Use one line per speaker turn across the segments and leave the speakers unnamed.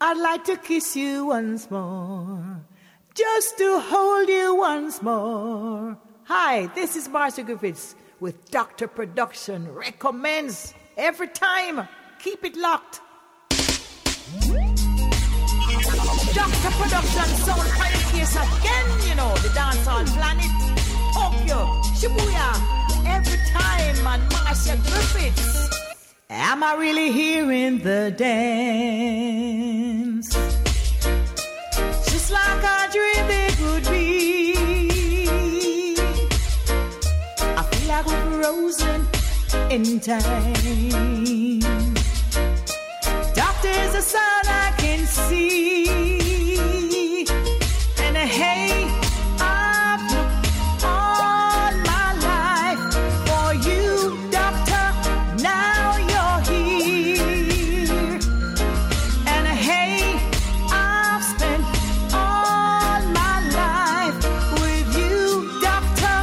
I'd like to kiss you once more, just to hold you once more. Hi, this is Marcia Griffiths with Dr. Production recommends every time. Keep it locked. Dr. Production Soul Pioneers again, you know, the dance on planet. Tokyo, Shibuya, every time, and Marcia Griffiths. Am I really hearing the dance? Just like I dreamed it would be. I feel like we're frozen in time. Doctors a sound I can see. And uh, hey, I've looked all my life for you, doctor. Now you're here. And uh, hey, I've spent all my life with you, doctor.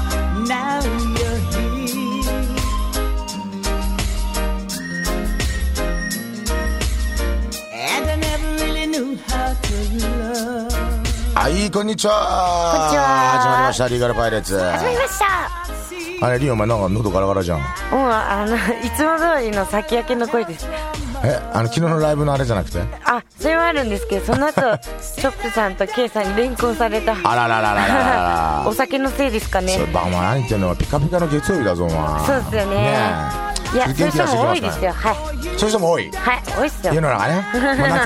Now you're here. And I never really knew how to love.
はい、こんにちは。こ
んにちは
始まりました、リーガルパイレーツ。
始まりました
あれ、リーお前なんか喉ガラガラじゃん。
もうあのいつも通りの先駆けの声です
え、あの、昨日のライブのあれじゃなくて
あそれはあるんですけどその 後ショップさんと K さんに連行された
あららららららら
お酒のせいですかね
そればお前何言ってんのピカピカの月曜日だぞお前
そうですよねいや
え元
そういう
気出
人
していき
も
ま
多
し
い
ょう
ですよはい
そういう人も多い
はい多いっす
世
よ
の中ね、まあ、夏夏だか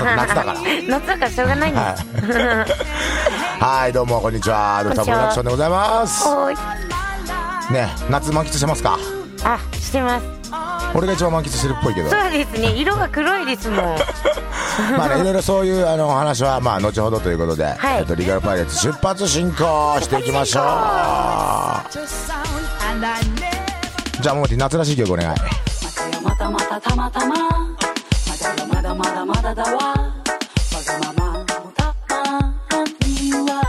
ら
夏だからしょうがないんです
はい どうもこんにちはドクタープロダクションでございます
おーい
ね夏満喫してますか
あしてます
俺が一番満喫してるっぽいけど
そうですね色が黒いで すもん
まあねいろいろそういうあのお話はまあ後ほどということで、
はい
えっと、リガルパイレーツ出発進行していきましょうじゃあもう夏らしい曲お願い
またまたたまたままだよまだまだまだだわわがままもたまには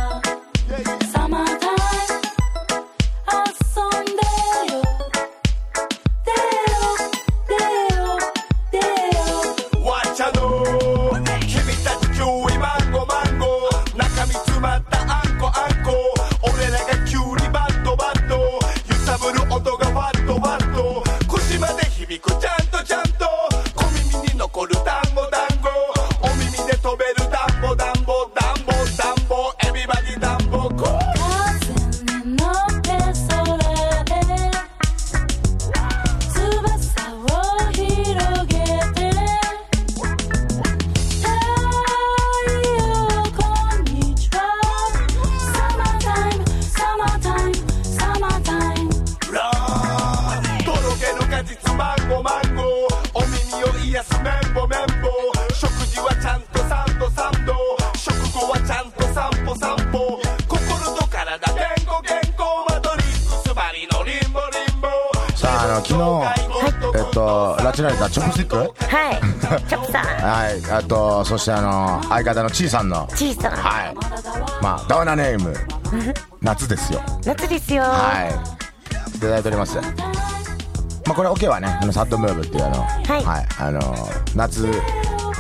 サマータイム遊んでよ出よ出よ出よ
わっちゃの君たちキウイマンゴマンゴ中身詰まったあんこあんこ俺らが急にバットバット揺さぶる音がワットワット腰まで響くちゃんとちゃんと小耳に残る団子団子お耳で飛べる団子団子団子団子エビバディ団子ゴー
風に乗って空へ翼を広げて太陽こんにちはサマータイムサマータイムサマータイム
ラーとろける果実マンゴーマンゴーお耳を癒す綿棒綿棒食事はちゃんとサンドサンド食後はちゃんと散歩散歩心と体健康健康マトリックスバリのリンボリンボ
さああの昨日えっと拉致られたチョップスティック
はいチョップさん
はいあとそしてあの相方のちいさんの
ちいさん
はいまあダウナネーム夏ですよ
夏ですよは
はいいただいておりますまあこれオ、ケはねあのサッドムーブっていうあの
い
あの夏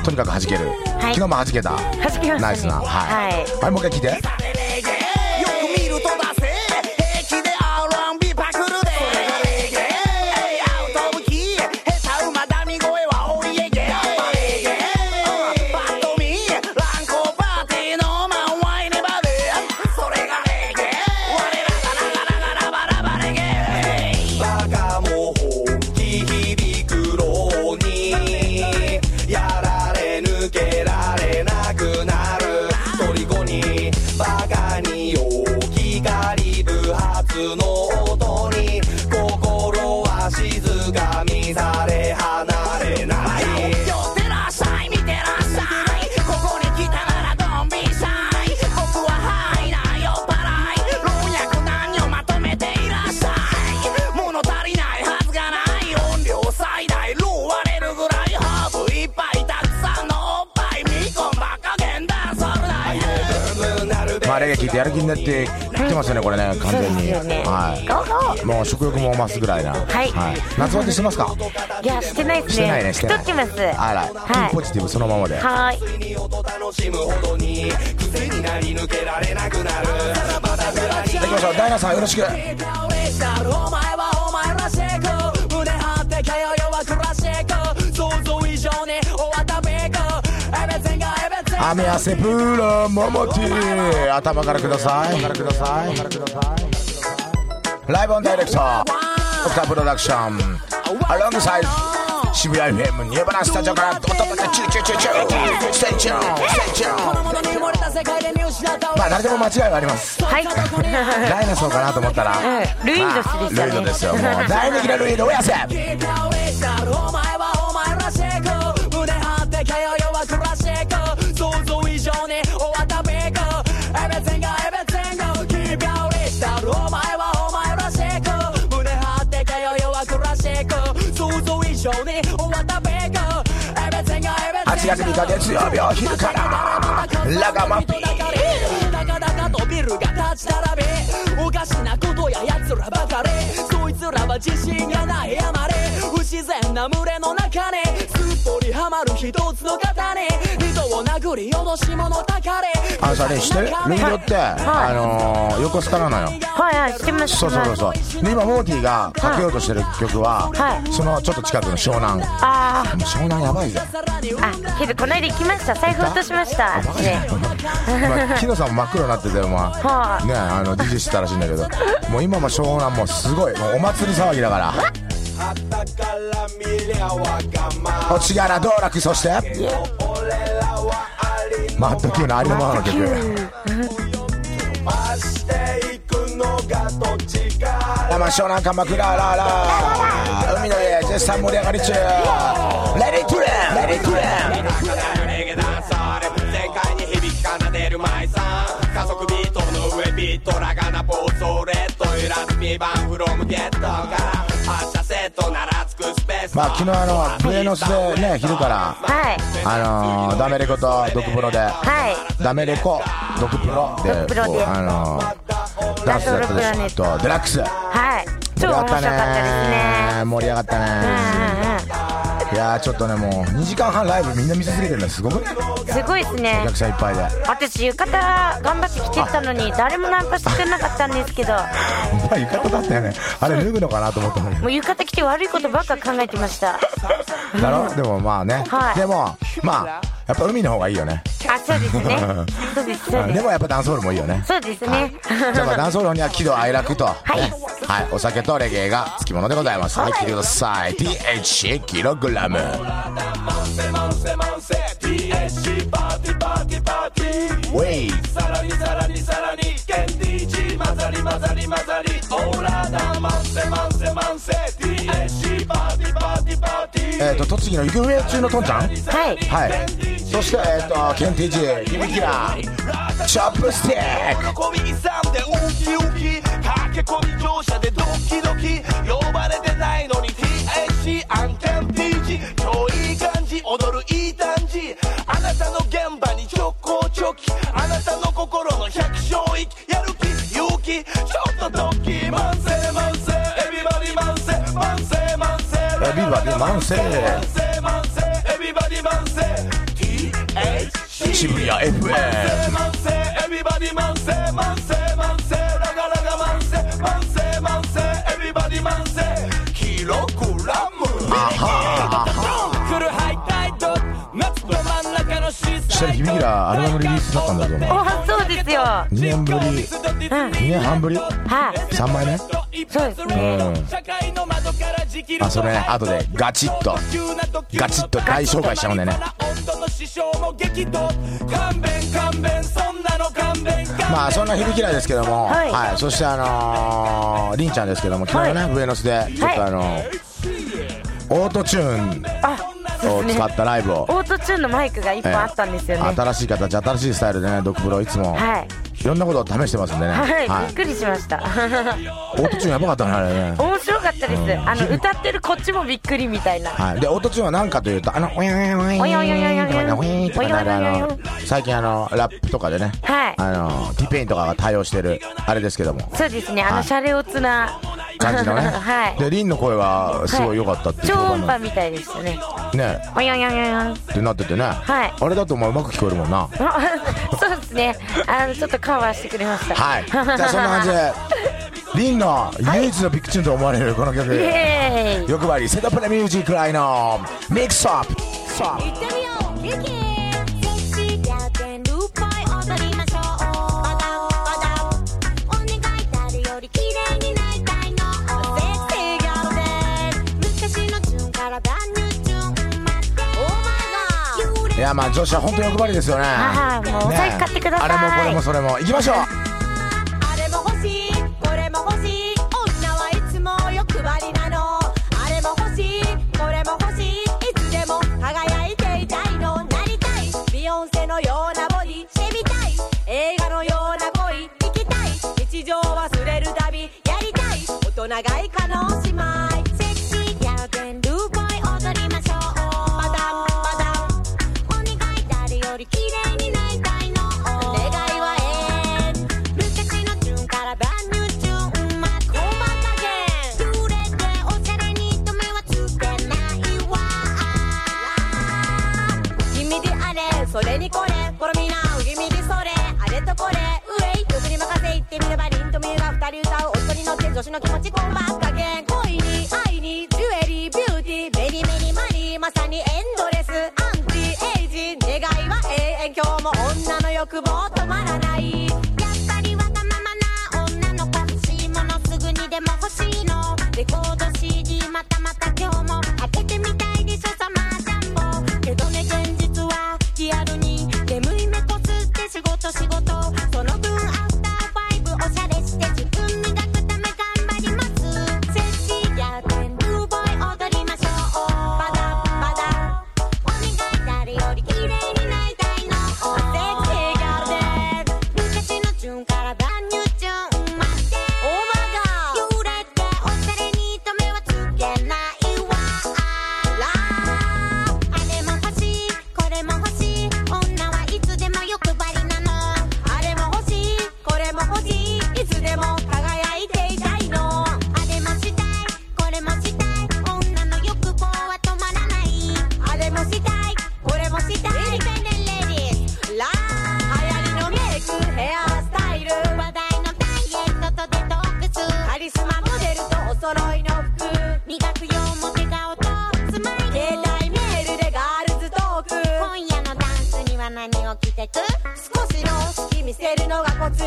とにかく弾ける、昨
い
日も弾けた
じけましたね
ナイスなはい、
はい
あれもう一回聞いて
よく見るとだぜ平気で R&B パクるでアウト向き下手馬ダミ声はお家芸パッと見乱行パーティーのマンワイネバデそれがレゲエ我らがラガラガラバラバレゲエバカも本気響くろにやられ抜けられなくなる虜にバ
まあ、レゲエ聞いてやる気になってきてますよね、これね、完
そうで
全
す
に。
よね。
は
ゴーゴー
い。もう食欲も増すぐらいな。
はい
夏バテしてますか
いや、してないで
し
すね。
てないね、してない。
太ってます。
あら、
は
ポジティブそのままで
い。。はーい。
いきましょう、ダイナさんよろしく。
お前はお前らしく胸張ってけよ弱くらしく想像以上に終わったビーク Everything が everything
雨汗プーラン桃ティー頭からくださいからくださいライブオンダイレクト岡プロダクションアロングサイズ渋谷 FM ニューバランススタジオからドドドドチューチューチューチューステイチューンステイチューン
ものに埋もれた世界で見失った
まあ誰でも間違いはあります
はい。
ダイナソーかなと思ったら
うんルイード氏
まあルイ
でしたね
ードですよもう大人気のルイードおやせ
お前はお前らしく胸張ってけよ弱くらしく想像以上に終わったビーク Everything が everything が Keep your rich だろお前はお前らしく胸張ってけよ弱くらしく想像以上に終わったビーク Everything が everything が
8月3日月曜日お昼からラガマピー
だかだかとビルが立ち並びおかしなことや奴らばかりそいつらは自信がないあまり不自然な群れの中にすっぽりはまる一つの型に人を殴り落とし物たかれ
あのさね知ってるルイードって、あのー横須賀なのよ
はいはい、してます。。
そうそうそうそううで今モーティーがかけようとしてる曲は、
はい
そのちょっと近くの湘南も
あ
う湘南やばいぜ
ーあ、けどこの間行きました。財布落としました。ね。
まあ、木野さんも真っ黒になってて、まあ
はい
ね、あの DJ してたらしいんだけどもう今も湘南もうすごいもうお祭り騒ぎだから落ち柄道楽そしてマッド Q のありのままの曲山湘南鎌倉ラララ海の家絶賛盛り上がり中レディートゥレンレディートゥレンまあ昨日あのブエノスでね昼から
はい。
あのーダメレコとドクプロで
はい。
ダメレコドクプロ
ドクプ
で
ロ
こう
で
あのーダンスだったでしょとデラックス
はい。超面白かったですね。
盛り上がったねいやーちょっとねもう2時間半ライブみんな見せ続けてるのすごくね
うんうん。すごいです
お
ね
客。さんいっぱいで
私、浴衣頑張って着てったのに、誰もナンパしてくれなかったんですけど、
お前浴衣だったよねあれ脱ぐのかなと思ったのに
もう浴衣着て悪いことばっか考えてました。
だろで もまあね
はい
でもまあやっぱ海の方がいいよね
あ、そうですね。そうです、そうで。
ですもやっぱダンスホールもいいよね
そうですね。
じゃあまあダンスホールには喜怒哀楽と、はいはい、お酒とレゲエがつきものでございます。はい、聞いてください。THC キログラム。ウェイえっ、と栃木の行方中のトンちゃん
はい。
はいそしてえっ、とケンティージ響きらチョップスティック
込み勇んでウキウキ駆け込み乗車でドキドキ呼ばれてないのに THC 案件 PG 超いい感じ踊るいい感じあなたの現場に直行チョキあなたの心の百姓域やる気勇気ちょっとドキマンセマンセエビバディマンセマンセマンセ
エビバディマンセ
マンセマンセエビバディマンセ THC
渋谷 FM
マンセエビバディマンセマンセマンセラガラガマンセマンセマンセエビバディマンセキログラム
来るハイタイト夏と真ん中のシー
そしたら響きらアルバムリリースになったんだぞお前
おはそうですよ。は
2年ぶり2年半ぶり
い。
3枚目
そうですね。
あそれね後でガチッとガチッと大紹介しちゃうんでねまあそんな響きなんですけども、は
はいい
そしてあのー、りんちゃんですけども昨日ね、
は
ブエノスでちょっとあのーオートチュー
あ、
ン
そ
を
うです
使
ね
っ。たライブを、
オートチューンのマイクが一本あったんですよね。
新しい形新しいスタイルでねドクブロいつも
はい。
いろんなことを試してますんでね。
はい、びっくりしました。
オートチューンやばかったね、あれね。
面白かったです。あの、歌ってるこっちもびっくりみたいな。
はい、で、オートチューンは何かというと、あの、ウィーンウィーンウィーンとかねウィーンとかねあの最近あの、ラップとかでね、
はい
あの、ティペインとかが対応してる、あれですけども、
そうですね、あ
は
の、
い
シャレオツな
感じのね。
はい。
で、リンの声がすごい良かったっていう
超
評
音
判な
波みたいでしたね。
ね、
およよよよん。
ってなっててね。
はい
あれだとお前うまく聞こえるもんな。
あそうですね。あの、ちょっとカバーしてくれました。
はい。じゃあそんな感じで、リンの唯一のビッグチューンと思われるこの曲。
イエーイ。
欲張りセドプレミュージックライのミックスアップいやまあ女子は本当に欲張りですよね
ああ、もうお財布買ってください。
ねあれもこれもそれも行きましょう
あれも欲しいこれも欲しい女はいつも欲張りなのあれも欲しいこれも欲しいいつでも輝いていたいのなりたいビヨンセのようなボディしてみたい映画のような恋聞きたい日常忘れるたびやりたい大人買い可能姉妹セクシーギャルンルーボーイ踊りましょうまだまだお願い誰より綺麗になりたいの願いは永遠昔の順からバンニューチューンまこまかげん揺れておしゃれに止めはつけないわ君であれそれにこれこれみな君でそれあれとこれウェイ曲に任せ行ってみればリンとミューが二人歌う夫に乗って女子の気持ちこまかげん恋に愛にジュエリービューティーメリメリマリーまさにエンドレスアンティエイジ願いは永遠今日も女の欲望止まらないやっぱりわがままな女の子欲しいものすぐにでも欲しいのレコード CD またまた今日も開けてみたいでしょサマージャンボけどね現実はリアルに眠い目こすって仕事仕事その分アフターファイブおしゃれして自分磨くため頑張りますセクシーやテンルーボーイ踊りましょうバダバダお願い誰より綺麗になりたいのセクシーガールで昔のチューンからダンニューチューンまでオーマガ揺れておしゃれに止めはつけないわあれも欲しいこれも欲しい女はいつでも欲張りなのあれも欲しいこれも欲しいいつでも輝いていたいのあれもしたいこれもしたい女の欲望は止まらないあれもしたいこれもしたいレディーラ流行りのメイクヘアスタイル話題のダイエットとデトックスカリスマモデルとお揃いの服磨く用も手顔とスマイル携帯メールでガールズトーク今夜のダンスには何を着てく少しの隙見せるのがコツ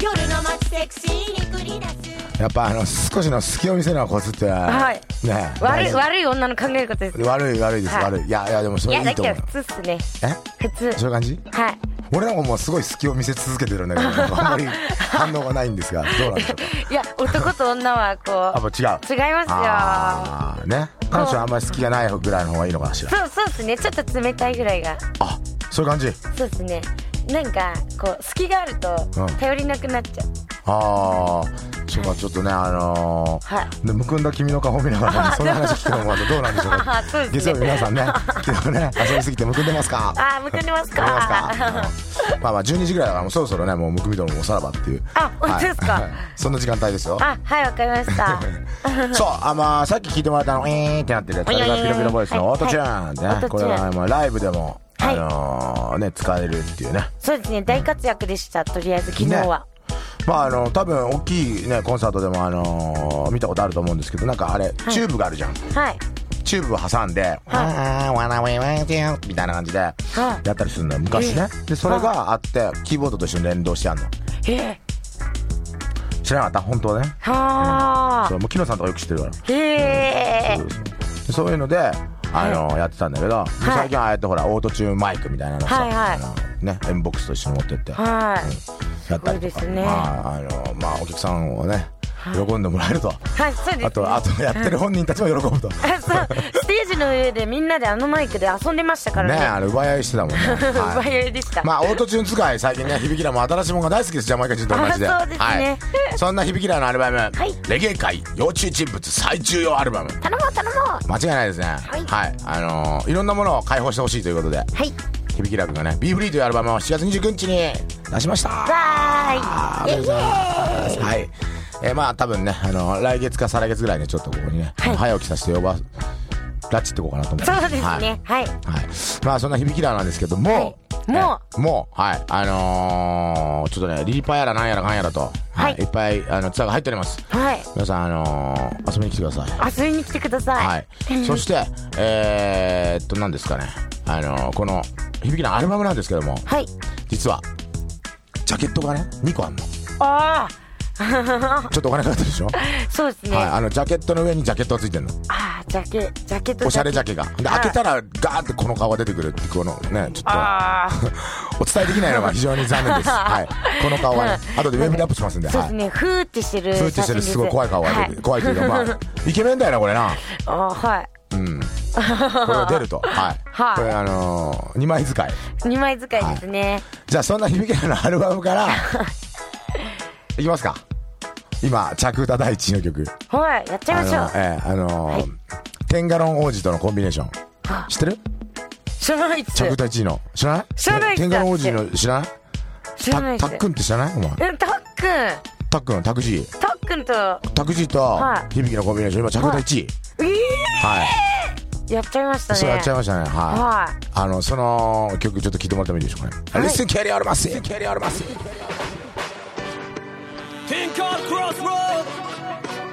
夜の街セクシーに繰り出す
やっぱあの少しの隙を見せるのはコツって
はい
ね
悪い、
悪
悪い女の考えることです。
い悪い悪いです、
はい
悪いいやいやでもそ
いや、
れい
だ
いと
け
思
ど
う
普通っすね。
え
普通。
そういう感じ
はい。
俺なんかもうすごい隙を見せ続けてるんだけどなんかあんまり反応がないんですがどうなんでしょうか
いや、男と女は
あ
こ
もう違う
う、違いま
ああね彼女はあんまり隙がないぐらいの方がいいのかしら
すよ。そう、そうですね。ちょっと冷たいぐらいが。
あそういう感じ
そうですね。なんか、こう、隙があると
うん、
頼りなくなっちゃう。
ああそうかちょっとねあのー
はい
でむくんだ君の顔見な がら、ね、そんな話聞くのもどうなんでしょうか
そうですね
月曜日皆さんね今日ね遊びすぎてむくんでますか
あー、むくんでます
むくんでます
か。
かうんまあまあ12時ぐらいだからもうそろそろねもうむくみどももおさらばっていう
あ本当ですか
そんな時間帯ですよ
あ、はい、わかりま した。
そうあまあさっき聞いてもらったあのえーってなってるやつあれがピロピロボイスの
は
オ
い
ートチューンってね、
はい
これはまあライブでも、
はい
あのーね使えるっていうね
そうですね、大活躍でした、とりあえず、昨日は。
まああの多分大きいねコンサートでもあのー見たことあると思うんですけどなんかあれ、チューブがあるじゃん
はい。
チューブを挟んで「わーわなわいわいてよ」みたいな感じでやったりするのよ昔ねでそれがあってキーボードと一緒に連動してあるの
ええ。
知らなかった本当はね
は
そ
あ。
うもう木野さんとかよく知ってるから
へえ
そう。ですそういうのであのやってたんだけどで最近はああやってほらオートチューンマイクみたいなのさ
はいはい
あのねエンボックスと一緒に持ってって
はい。
やったりとか
すごいですね
まああのまあお客さんをね喜んでもらえると、
はい、そうです、ね。
あとあとやってる本人たちも喜ぶと。
あ そうステージの上でみんなであのマイクで遊んでましたから
ね
ね。
あれ奪い合いしてたもんね、 はい
奪い合いでした。
まあオートチューン使い最近ね響きらも新しいものが大好きですジャマイカ人と同じで
あそうですね
はい、そんな響きらのアルバム、
い
レゲエ界要注意人物最重要アルバム
頼もう頼もう。
間違いないですねはい、あのーいろんなものを解放してほしいということで
はい。
響きら君がね「BEFREE」というアルバムを7月29日に出しました
バーイ。
はい。えーまあ多分ね、あの来月か再来月ぐらいにちょっとここにね、
はい
早起きさせて呼ば、拉致ってこうかなと思って
そ
ます
うですね。は
は
い。
い。はいまあそんな響きらなんですけども、
はいも
う、もう、はい。あのーちょっとね、リーパーやらなんやらかんやらと、
はい
いっぱい、あの、ツアーが入っております。
はい。
皆さん、あのー遊びに来てください。
遊びに来てください。
はい。そして、えー、っと、何ですかね。あのーこの、響きらのアルバムなんですけども、
はい。
実は、ジャケットがね、2個あんの。ち
あ
ょっとお金かかったでしょ
あ、そう ですね。
はい、あのジャケットの上にジャケットがついてるの
ああ、ジャケ、ジャケット。
おしゃれジャケがで
は
開
い
けたらガーってこの顔が出てくるってこのねちょっ
あ
と お伝えできないのが非常に残念です はいこの顔はね後でウェブにアップしますんで
あ、そう
は
です
い
ね。ふーってしてる。
ふーってしてるすごい怖い顔が出て
る。
怖いというかまあイケメンだよなこれ な
ああ、はい。
これが出るとはい、
はい
これあのー、2枚使い
二枚使いですね。
じゃあそんな響きのアルバムから いきますか今着歌第一位の曲
はい。やっちゃい
あ
ま
の
しょう。
ええあのー
はい
テンガロン王子とのコンビネーション知ってる
知らないっす。
着歌1位の知らない
知らないっす
天下の王子の知らない
知らないっす。
たたっくんって知らないお前
うん、たっくん。
たっくんタクシー
たっくんと、
タクシー
は
と響のコンビネーション今着歌1位
ええ
はい、
やっちゃいましたね。
そうやっちゃいましたねはい、
はい
あのその曲ちょっと聴いてもらってもいいでしょうかね、
い
Listen carry on massive carry on massive
Think on crossroad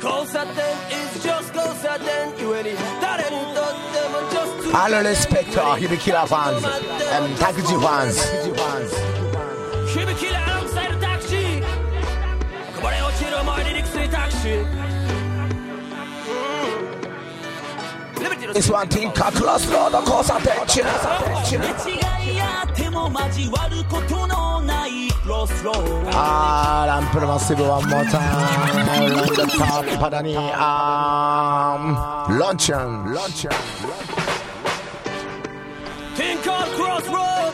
交差点 is just 交差点故に誰にとっても just to-
All respect to 響きらファンズ and タクシーファンズ
響きでアンサイドタクシーこぼれ落ちる思い出に薬タクシー
This one thing カクロスロード交差点中
間違いあっても交わることのないロスロー
あーランプルマッシブワンモータイムランドカッパラにあーロンチャンロンチャン
Think of crossroad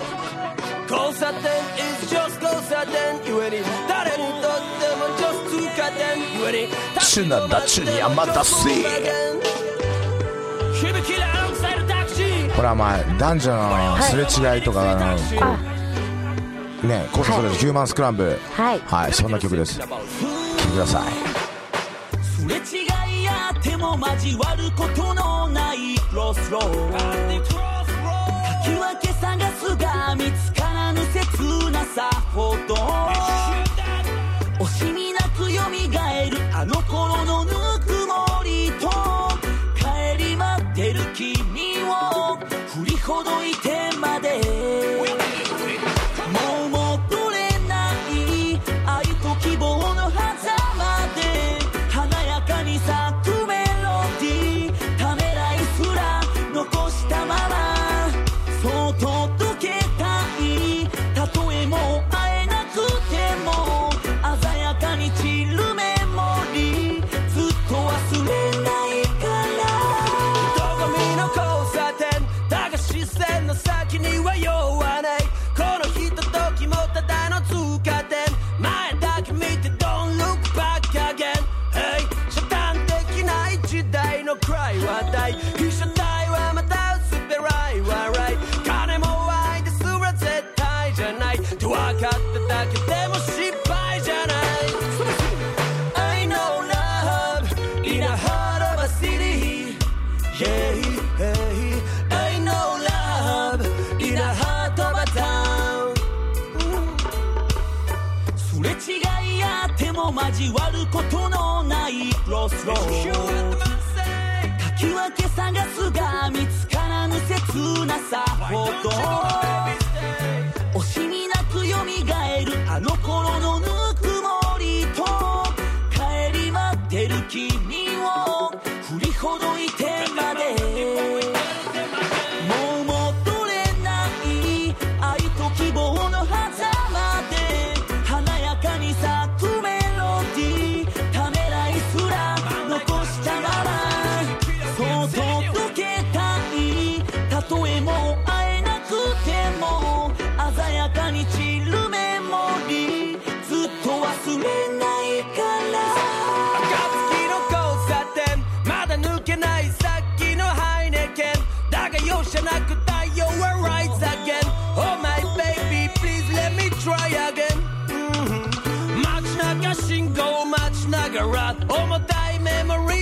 交差点 is just 交差点故に誰にとっても just 通過点故に
チュナダチュニアマダシー
響きでアンサイドタクシー
これはまあ男女のすれ違いとかの、こうねこそそれヒューマンスクランブル
はい
はいそんな曲です聴いてください
すれ違いあっても交わることのないロスローかき分け探すが見つからぬ切なさほど惜しみなく蘇るあの頃のぬくもりと帰り待ってる君を振りほどいてまでもう戻れない愛と希望の狭間で華やかに咲くメロディーためらいすら残したままそう届けたいたとえもう会えなくても鮮やかに散るメモリーずっと忘れないから「瞳の交差点」「だが視線の先には酔わない」「このひとときもただの通過点」「前だけ見て Don't look back again」「Hey 遮断できない時代の暗い話題」「被写体はまた薄っぺらい笑い」「金も愛ですら絶対じゃない」「と分かっただけでも失敗じゃない」I know love in a heart of a city. Yeah, yeah. I know love in a heart of a town. すれ違いあっても交わることのないロスローかき分け探すが見つからぬ切なさほど惜しみなく蘇るあの頃のぬくもりと帰り待ってる君を振りほどいてまでもう戻れない愛と希望の狭間で華やかに咲くメロディーためらい
ぐか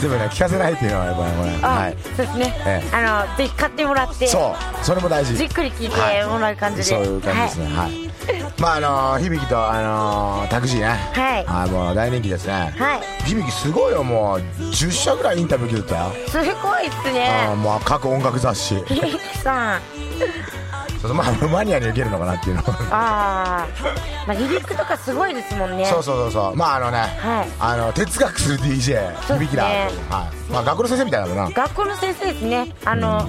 でもね聞かせないっていうのはやっぱりこれ
あ
はい
そうですね、
ええ
あのぜひ買ってもらって
そうそれも大事
じっくり聞いてもらう感じで
そういう感じですねはい、まああの響とあのタクシーね
はい
あもう大人気ですね
はい
響すごいよもう10社ぐらいインタビュー受けてたよ
すごいっす
あ
ね
ーもう各音楽雑誌そ
ひびきさん
うそうまあマニアに受けるのかなっていうの
あー、まあリリックとかすごいですもんね
そうそうそうそうまああのね、
はい
あの哲学する DJ
そうですね
響だ、はいまあ、学校の先生みたいだもんな
学校の先生ですねあの、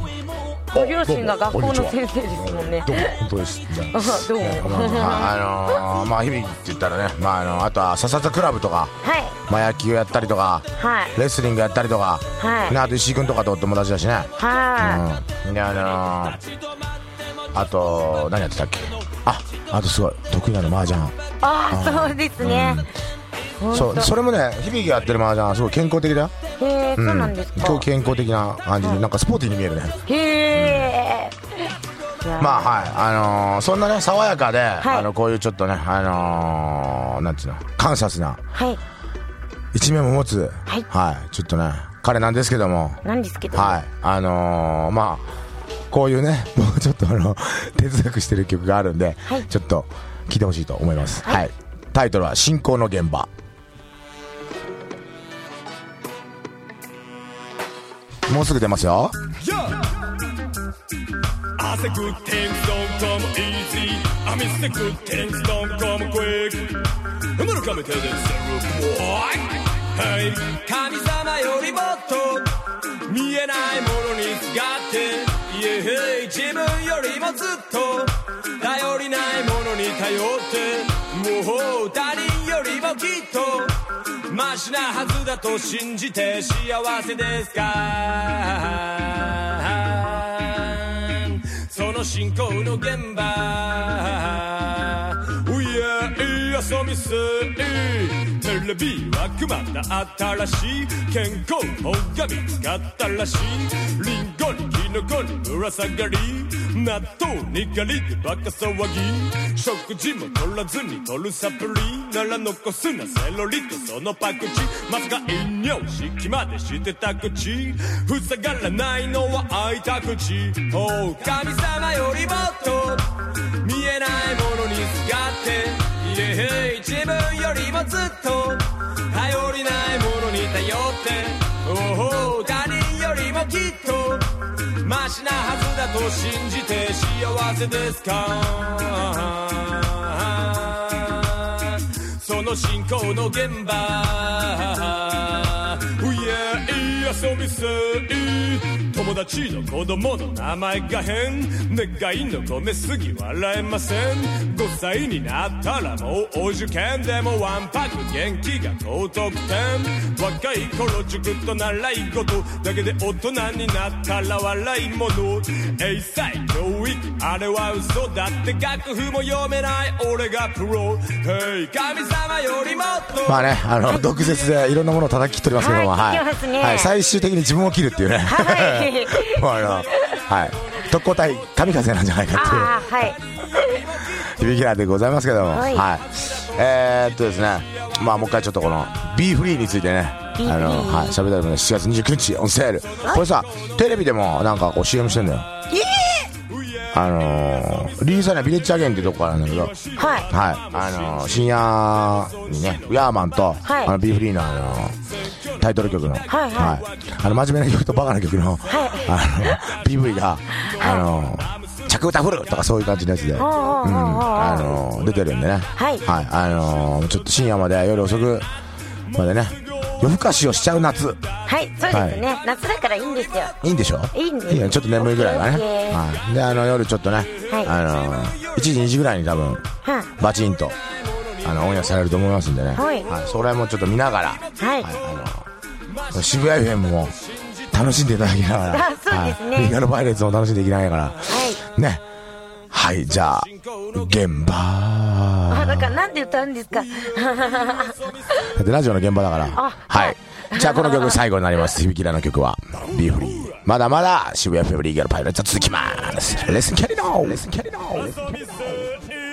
ご両親が学校の先生ですもんね
どうも本当ですじゃ あ
あどうも
ねまあまああのーまあ響って言ったらね、まあ、あのあとは笹田クラブとか、
はい
まあ、野球やったりとか、
はい
レスリングやったりとか、
はい
ねあと石井君とかとお友達だしね、
は
うんであのーあと何やってたっけああとすごい得意なの麻雀
い、ああそうですね、ほんと、
そうそれもね響がやってる麻雀はすごい健康的だよ
へ
ん
え、そうなんですか
今日健康的な感じでなんかスポーティーに見えるね
へえ、いやー
まあはいあのーそんなね爽やかで、
い
あのこういうちょっとねあのーなんつうの観察な
はい
一面も持つ
はい
ちょっとね彼なんですけども
なんですけど、
はいあのーまあこういうね もうちょっとあの哲学してる曲があるんで、
はい
ちょっと聴いてほしいと思います、
はい
はい、タイトルは「信仰の現場」もうすぐ出ますよ
I say good things don't come easy. I mean, say good things don't come quick. I'm gonna come and tell them, Sarah, boy. Hey,
神様よりもっと見えないものにすがっていえへい自分よりもずっと頼りないものに頼ってもう他人よりもきっとマシなはずだと信じて幸せですかその信仰の現場 Oh yeah, いやそみせいテレビはくまだ新しい健康法が見つかったらしいリンゴにキノコにぶら下がり納豆にガリでバカ騒ぎ食事も取らずに取るサプリなら残すなセロリとそのパクチーまさか飲料式までしてた口塞がらないのは開いた口おう神様よりもっと見えないものにすがっていえへい自分よりもずっと頼りないものに頼っておお他人よりもきっとマシなはずだと信じて幸せですかその信仰の現場 Oh yeah, いやそう見せい友達の子供の名前が変願いの込めすぎ笑えません5歳になったらもうお受験でもワンパック元気が高得点若い頃塾と習い事だけで大人になったら笑い者英才教育あれは嘘だって楽譜も読めない俺がプロ Hey 神様よりもっと
まあねあの毒舌でいろんなものを叩き切っておりますけども
は
は
い
い
切ってますね
はい最終的に自分を切るっていうね
はい
もうあのはい特攻隊神風なんじゃないかっていう
ああはい
響きなんでございますけども、は、
はいい
えー、っとですね、まあもう一回ちょっとこの B フリーについてね、あ
Be
の
Free
はい喋ったりもね、7月29日オンセール。これさ、テレビでもなんかこう CM してんだよ。あのー、リーサのビレッジアゲンってとこからなんだけど、はい、
はい
あのー、深夜にね、ヤーマンと、
はい
あの B フリーのあのータイトル曲の、はい
はい
あの真面目な曲とバカな曲の、あの PV が、あのー、着歌フルとかそういう感じのやつで、
ほうほうほうほう
あの出てるんでね、
はい
あのちょっと深夜まで夜遅くまでね夜更かしをしちゃう夏
はいそうですね、夏だからいいんですよ
いいんでしょ
いいんです
よちょっと眠いぐらいはね、
オッケー
はい、であの夜ちょっとね、
はい
あの1時2時ぐらいに多分
は
バチンとあのオンエアされると思いますんでね、
はい
それもちょっと見ながら、
はい
あの渋谷 FM も楽しんでいただきながら、
あそうです
は
ね
いリンガルパイレーツを楽しんでいきながら、ね、はい、じゃあ、現場。
あ、だからなんで歌うんですか
だってラジオの現場だから。
あ
はい。じゃあこの曲最後になります。響きらの曲は、ビーフリー。まだまだ渋谷フェブリーガルパイレット続きます。レッスンキャリノーレッスンキャリノー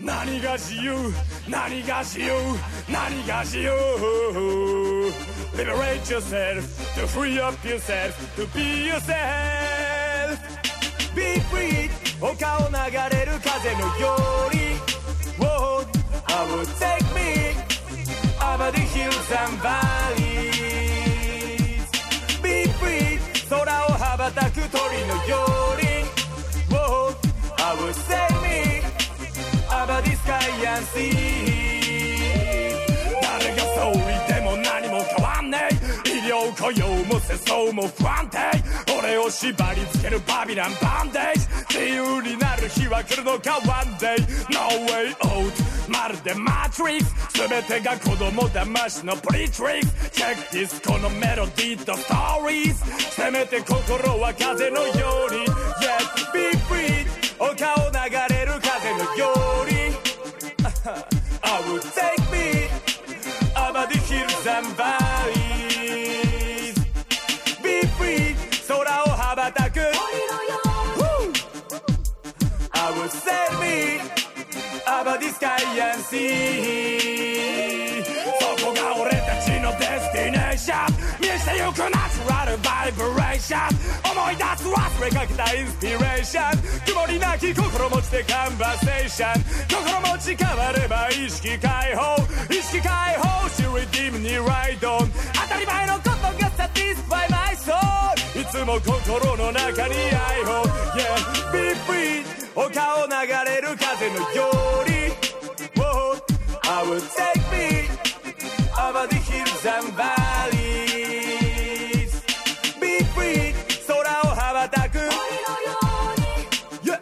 何が自由何が自由何が自由 Liberate yourself to free up yourself to be yourself Be free 丘を流れる風のように Whoa, I will take me over the hills and valleys Be free 空を羽ばたく鳥のように Whoa, I will take me Abba the sky and sea 誰がそう言っても何も変わんねえ医療雇用も世相も不安定俺を縛り付けるバビランバンデージ自由になる日は来るのか One day No way out まるでマトリックス全てが子供騙しのプリトリック Check this このメロディーとストーリーズせめて心は風のように Yes be free 丘を流れる風のように I will take me over the hills and valleys Be free 空を羽ばたく Woo! I will set me over the sky and sea そこが俺たちのデスティネーション見せゆくナチュラルバイブレーション思い出す忘れかけたインスピレーション曇りなき心持ちでカンバセーション心持ち変われば意識解放意識解放しリディムにライドン当たり前のことが satisfy my soul いつも心の中に愛を Yeah be free 丘を流れる風のように Whoa I will take me over the hills and valleys Be free 空を羽ばたく Yeah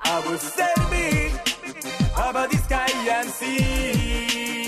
I will set me over the sky and sea